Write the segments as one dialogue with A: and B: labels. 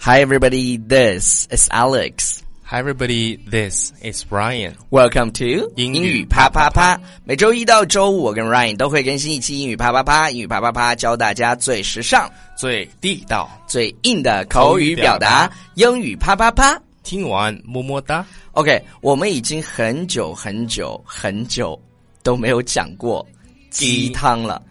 A: Hi, everybody. This is Alex.
B: Hi everybody, this is Ryan。
A: Welcome to
B: 英语
A: 英语啪啪啪。每周一到周五，我跟 Ryan 都会更新一期英语啪啪啪。英语啪啪啪教大家最时尚、
B: 最地道，
A: 最硬的口语表达。英语啪啪啪。
B: 听完么么哒。
A: OK，我们已经很久很久很久都没有讲过鸡
B: 鸡
A: 汤了。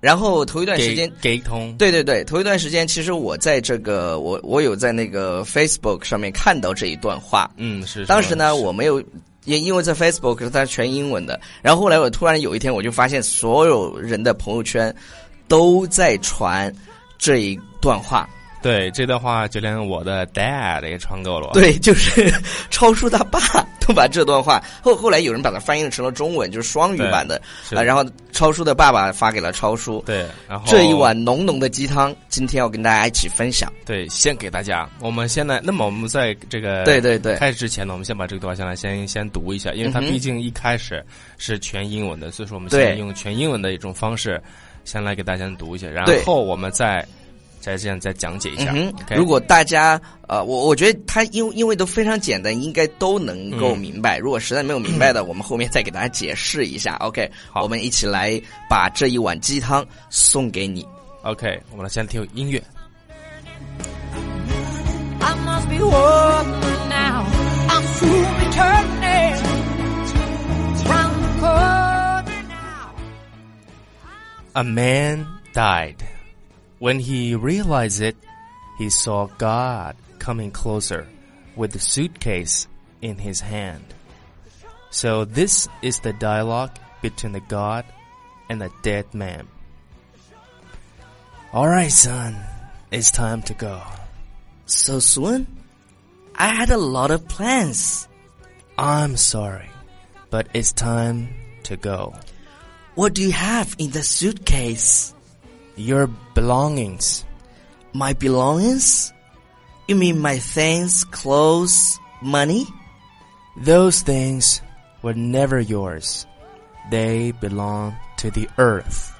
A: 然后头一段时
B: 给
A: 间，
B: 给通，
A: 对对对，头一段时间，其实我在这个我我有在那个 Facebook 上面看到这一段话。
B: 嗯是。
A: 当时呢，
B: 是
A: 我没有，因因为在 Facebook 是它全英文的。然后后来我突然有一天，我就发现所有人的朋友圈都在传这一段话。
B: 对这段话，就连我的 dad 也传给我了。，
A: 对，就是 超叔他爸都把这段话后后来有人把它翻译成了中文，就是双语版的。
B: 是
A: 啊，然后超叔的爸爸发给了超叔。
B: 对，然后
A: 这一碗浓浓的鸡汤，今天要跟大家一起分享。
B: 对先给大家。我们现在，那么我们在这个
A: 对对对，
B: 开始之前呢，我们先把这个段话先来先先读一下，因为它
A: 嗯哼
B: 毕竟一开始是全英文的，所以说我们
A: 对
B: 先用全英文的一种方式先来给大家读一下，然
A: 对
B: 后我们再再这样再讲解一下。
A: 嗯
B: OK
A: 哼，如果大家呃，我我觉得它因为因为都非常简单，应该都能够明
B: 嗯
A: 白。如果实在没有明白的，我们后面再给大家解释一下。OK，
B: 好
A: 我们一起来把这一碗鸡汤送给你。
B: OK，我们来先听音乐。
C: I must be walking now. I'm soon returning. Round the corner now.
B: A man died. When he realized it, he saw God coming closer with a suitcase in his hand. So this is the dialogue between the God and the dead man. Alright, son. It's time to go.
A: So soon, I had a lot of plans.
B: I'm sorry, but it's time to go.
A: What do you have in the suitcase?
B: Your belongings.
A: My belongings? You mean my things, clothes, money?
B: Those things were never yours. They belong to the earth.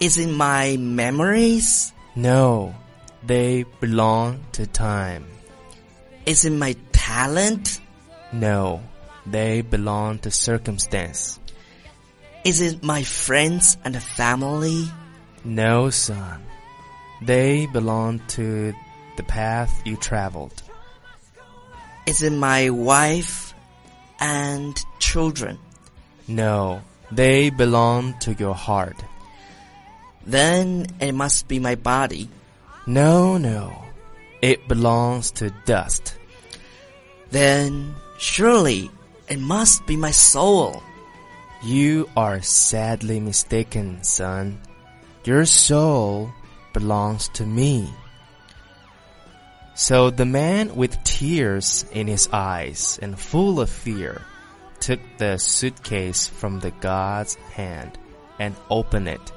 A: Is it my memories?
B: No, they belong to time.
A: Is it my talent?
B: No, they belong to circumstance.
A: Is it my friends and family?
B: No, son. They belong to the path you traveled.
A: Is it my wife and children?
B: No, they belong to your heart.
A: Then it must be my body.
B: No, no. It belongs to dust.
A: Then surely it must be my soul.
B: You are sadly mistaken, son. Your soul belongs to me. So the man with tears in his eyes and full of fear took the suitcase from the god's hand and opened it.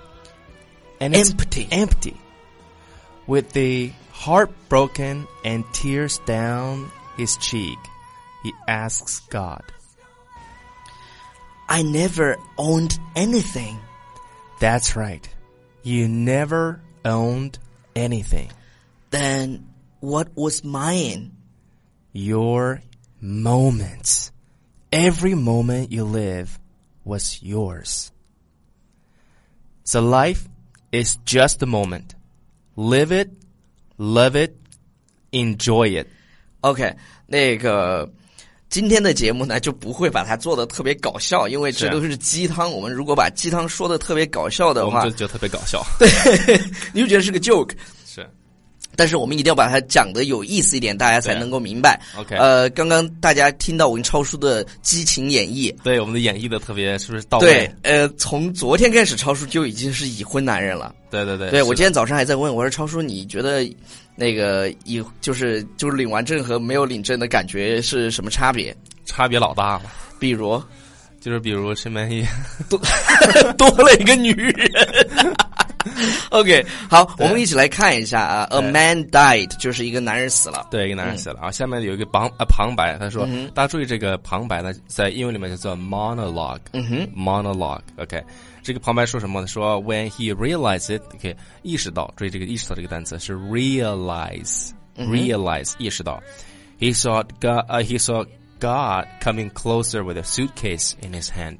B: And it's
A: Empty.
B: Empty. With the heartbroken and tears down his cheek, he asks God,
A: I never owned anything.
B: That's right. You never owned anything.
A: Then what was mine?
B: Your moments. Every moment you live was yours. So life is just a moment. Live it, love it, enjoy it.
A: OK，那个今天的节目呢，就不会把它做的特别搞笑，因为这
B: 是
A: 都是鸡汤。我们如果把鸡汤说的特别搞笑的话，
B: 觉得特别搞笑。
A: 你就觉得是个 joke。
B: 是
A: 但是我们一定要把它讲的有意思一点，大家才
B: 对
A: 能够明白。
B: OK
A: 呃，刚刚大家听到我跟超叔的激情演绎，
B: 对我们的演绎的特别是不是到
A: 对，呃，从昨天开始，超叔就已经是已婚男人了。
B: 对对对
A: 对我今天早上还在问我说：“超叔，你觉得那个已就是就是领完证和没有领证的感觉是什么差别？
B: 差别老大了。
A: 比 如
B: 就是比如身边一
A: 多多了一个女 人。” OK，好，我们一起来看一下啊，A
B: 对
A: man died，就是一个男人死了。
B: 对，一个男人死了啊。下面有一个旁呃旁白，他说，大家注意这个旁白呢，在英文里面叫做 monologue，嗯哼，monologue。OK，这个旁白说什么呢？说 when he realized it，OK，、意识到，注意这个意识到这个单词是 realize， realize 意识到，he saw God uh, he saw God coming closer with a suitcase in his hand。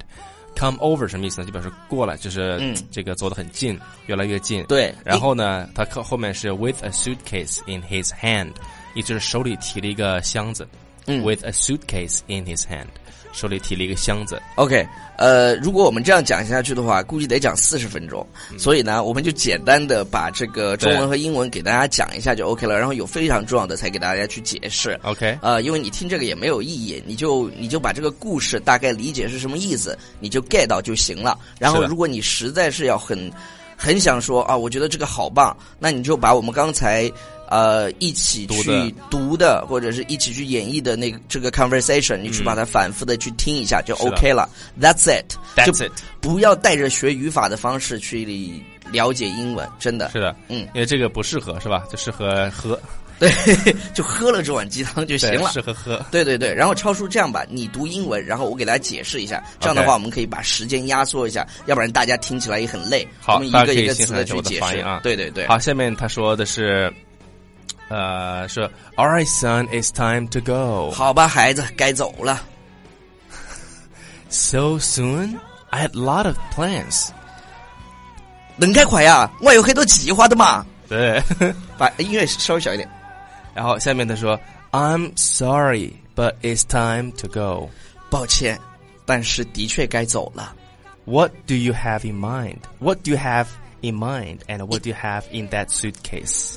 B: Come over 什么意思呢？就表示过来，就是
A: 嗯
B: 这个走得很近，越来越近。
A: 对
B: 然后呢，他后后面是 with a suitcase in his hand，也就是手里提了一个箱子。
A: 嗯
B: with a suitcase in his hand，手里提了一个箱子。
A: OK，呃，如果我们这样讲下去的话，估计得讲四十分钟。所以呢，我们就简单的把这个中文和英文给大家讲一下就 OK 了，然后有非常重要的才给大家去解释。
B: OK，
A: 呃，因为你听这个也没有意义，你就你就把这个故事大概理解是什么意思，你就 get 到就行了。然
B: 是
A: 后，
B: 的
A: 如果你实在是要很很想说啊，我觉得这个好棒，那你就把我们刚才呃一起
B: 读
A: 去
B: 的
A: 读的，或者是一起去演绎的那个这个 conversation，你去把它反复的去听一下就
B: 嗯的
A: OK 了。That's it，
B: That's
A: 就
B: it
A: 不要带着学语法的方式去了解英文，真的
B: 是的，
A: 嗯
B: 因为这个不适合是吧？就适合喝，
A: 对， 就喝了这碗鸡汤就行
B: 对
A: 了
B: 适。合喝。
A: 对对对，然后超叔这样吧，你读英文，然后我给大家解释一下，这样的
B: OK
A: 话我们可以把时间压缩一下，要不然大家听起来也很累。
B: 好
A: 我们一
B: 大家
A: 个
B: 可以
A: 一个
B: 欣
A: 词的
B: 赏一下
A: 去
B: 我的
A: 解
B: 发
A: 释
B: 音啊。
A: 对对对，
B: 好，下面他说的是，呃，说 All right, son, it's time to go.
A: 好吧，孩子，该走了。
B: So soon, I had a lot of plans.
A: 恁该快呀，我有很多计划的嘛。
B: 对，
A: 把音乐稍微小一点。
B: 然后下面他说，I'm sorry, but it's time to go.
A: 抱歉，但是的确该走了。
B: What do you have in mind? What do you have in mind? And what do you have in that suitcase?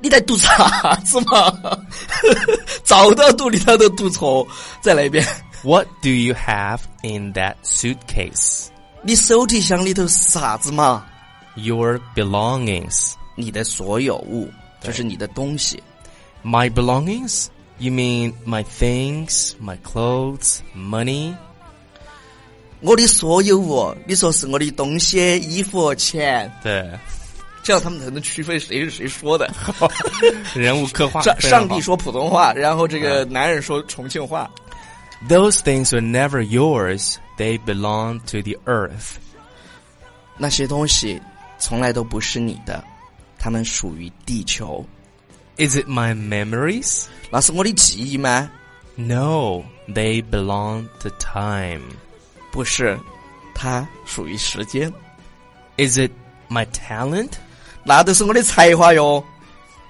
A: 你在读啥子 嘛？找到肚里头都读错，再来一遍。
B: What do you have in that suitcase?
A: 你手提箱里头是啥子嘛？
B: Your belongings.
A: 你的所有物就是你的东西。
B: My belongings? You mean my things, my clothes, money?
A: 我的所有物，你说是我的东西、衣服、钱，
B: 对，
A: 这样他们才能区分谁是谁说 的。
B: 人物刻画
A: 上
B: 非常
A: 上
B: 好哎
A: 帝说普通话，然后这个男人说重庆话。
B: Those things were never yours. They belong to the earth.
A: 那些东西从来都不是你的，它们属于地球。
B: Is it my memories?
A: 那是我的记忆吗？
B: No, they belong to time.
A: 不是，它属于时间。
B: Is it my talent?
A: 那都是我的才华哟。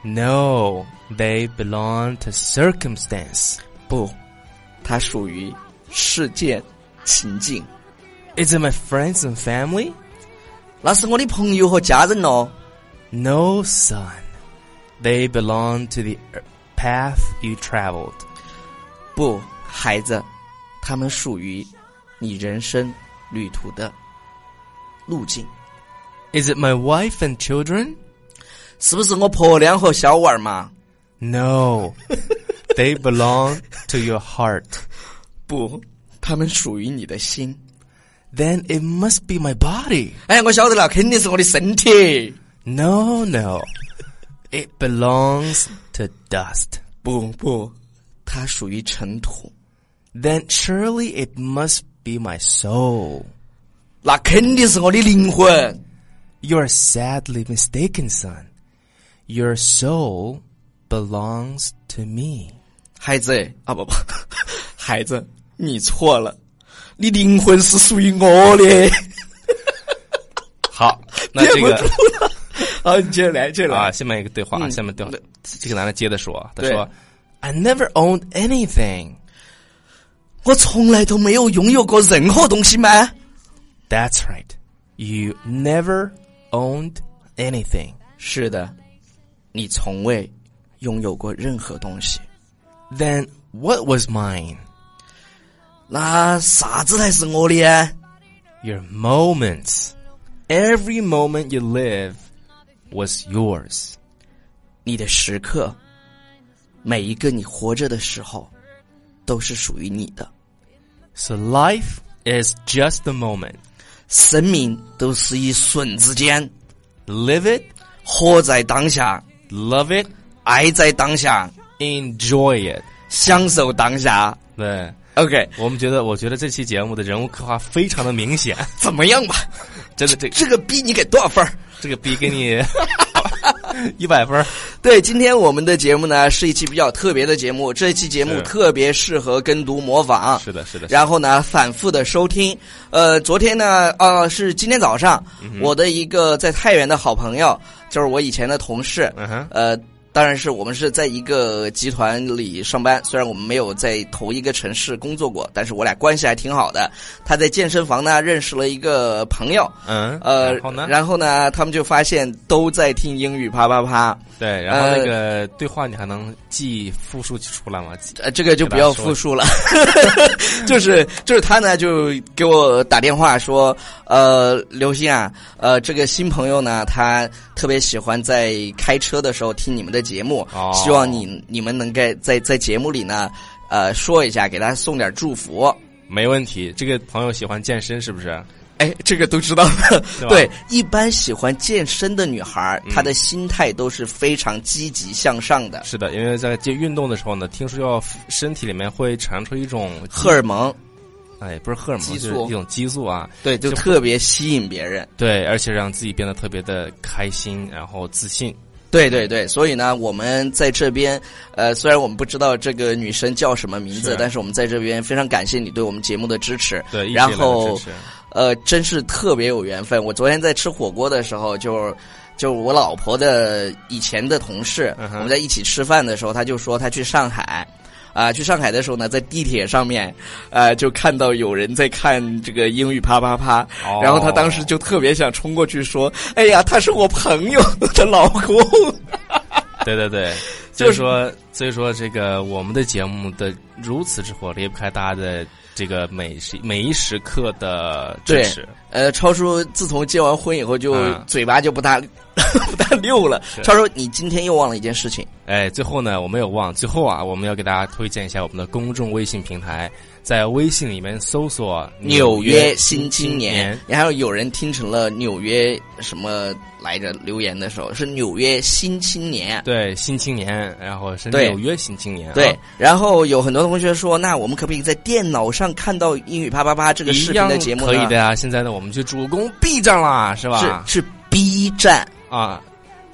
B: No, they belong to circumstance.
A: 不，它属于事件、情境。
B: Is it my friends and family?
A: 那是我的朋友和家人哦咯。
B: No, son. They belong to the er- path you traveled.
A: 不，孩子，他们属于你人生旅途的路径。
B: Is it my wife and children?
A: 是不是我婆娘和小娃儿嘛？
B: No, they belong to your heart.
A: 不，他们属于你的心。
B: Then it must be my body.
A: 哎，我晓得了，肯定是我的身体。
B: No, no. It belongs to dust.
A: 不不，它属于尘土。
B: Then surely it must be my soul.
A: 那肯定是我的灵魂。
B: You're sadly mistaken, son. Your soul belongs to me.
A: 孩子，啊不不，孩子，你错了，你灵魂是属于我的。
B: 好，那这
A: 憋不
B: 个
A: 住了。好，你接着来，接着来。
B: 啊，下面一个对话，
A: 嗯
B: 下面对话
A: 对，
B: 这个男的接着说，他
A: 对
B: 说：“I never owned anything.
A: 我从来都没有拥有过任何东西吗？
B: That's right. You never owned anything.
A: 是的，你从未拥有过任何东西。
B: Then what was mine?
A: 那啥子才是我的啊？
B: Your moments. Every moment you live was yours.
A: 你的时刻，每一个你活着的时候，都是属于你的。
B: So life is just the moment.
A: 生命都是一瞬之间，
B: Live it,
A: 活在当下，
B: love it,
A: 爱在当下，
B: enjoy it.
A: 享受当下。
B: 对。
A: OK，
B: 我们觉得，我觉得这期节目的人物刻画非常的明显，
A: 怎么样吧？
B: 真的，这
A: 这个逼你给多少分儿？
B: 这个逼给你 一百分儿。
A: 对，今天我们的节目呢是一期比较特别的节目，这一期节目
B: 是
A: 特别适合跟读模仿，
B: 是的，是的。
A: 然后呢反复的收听。呃，昨天呢，啊，是今天早上，
B: 嗯
A: 我的一个在太原的好朋友，就是我以前的同事，
B: 嗯哼，
A: 呃。当然是我们是在一个集团里上班，虽然我们没有在同一个城市工作过，但是我俩关系还挺好的。他在健身房呢认识了一个朋友，
B: 嗯，
A: 呃，
B: 然后呢？
A: 然后呢，他们就发现都在听英语啪啪啪，
B: 对，然后那
A: 呃
B: 个对话你还能记复数出来吗？记
A: 呃，这个就不要复述了， 就是就是他呢就给我打电话说，呃，刘星啊，呃，这个新朋友呢，他特别喜欢在开车的时候听你们的节目，
B: 哦
A: 希望你你们能在在在节目里呢，呃，说一下，给他送点祝福。
B: 没问题。这个朋友喜欢健身是不是？
A: 哎，这个都知道
B: 是 吧
A: 对，一般喜欢健身的女孩儿，她的心态都是非常积极向上的，
B: 嗯是的，因为在这运动的时候呢，听说要身体里面会产出一种
A: 荷尔蒙，
B: 哎，不是荷尔蒙，
A: 激
B: 就是
A: 素
B: 一种激素啊。
A: 对，就
B: 就
A: 特别吸引别人。
B: 对，而且让自己变得特别的开心，然后自信。
A: 对对对，所以呢，我们在这边，呃，虽然我们不知道这个女生叫什么名字，
B: 是
A: 但是我们在这边非常感谢你对我们节目的支持。
B: 对，一直以来
A: 然
B: 的
A: 后
B: 支持
A: 呃，真是特别有缘分。我昨天在吃火锅的时候就。就我老婆的以前的同事，
B: 嗯哼
A: 我们在一起吃饭的时候，她就说她去上海，啊、去上海的时候呢，在地铁上面，呃，就看到有人在看这个英语啪啪啪，
B: 哦
A: 然后她当时就特别想冲过去说：“哎呀，他是我朋友的老公。”
B: 对 对对，所
A: 就
B: 以
A: 是
B: 说所以说这个我们的节目的如此之火，离不开大家的这个每时每一时刻的支
A: 对
B: 持。
A: 呃，超叔自从结完婚以后就，
B: 嗯
A: 嘴巴就不大 不大溜了。超叔，你今天又忘了一件事情。
B: 哎，最后呢，我没有忘，最后啊，我们要给大家推荐一下我们的公众微信平台，在微信里面搜索“
A: 纽
B: 约
A: 约新青年
B: 年，
A: 然后有人听成了纽约什么来着？留言的时候是纽约新青”，年。
B: 对，新青年，然后是
A: 对
B: 纽约新青年、啊，
A: 对，然后有很多同学说，那我们可不可以在电脑上看到英语啪啪啪这个
B: 一
A: 视频
B: 样
A: 的节目呢？
B: 可以的呀、现在呢，我们就主攻 B 站啦，是吧？
A: 是是 B 站，
B: 啊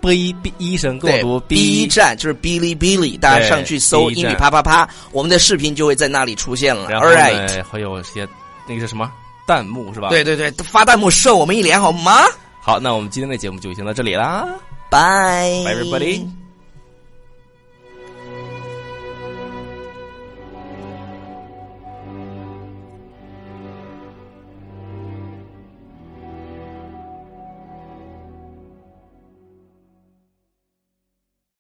B: ，B B 医生跟我
A: 对
B: 读
A: B 站就是哔哩哔哩，大家
B: 对
A: 上去搜
B: B
A: 英语
B: 站
A: 啪啪啪，我们的视频就会在那里出现了。
B: 然后
A: All right。
B: 呢，会有一些那个是什么弹幕是吧？，
A: 对对对，发弹幕射我们一脸好吗？
B: 好，那我们今天的节目就先到这里啦。
A: 拜
B: Bye, everybody.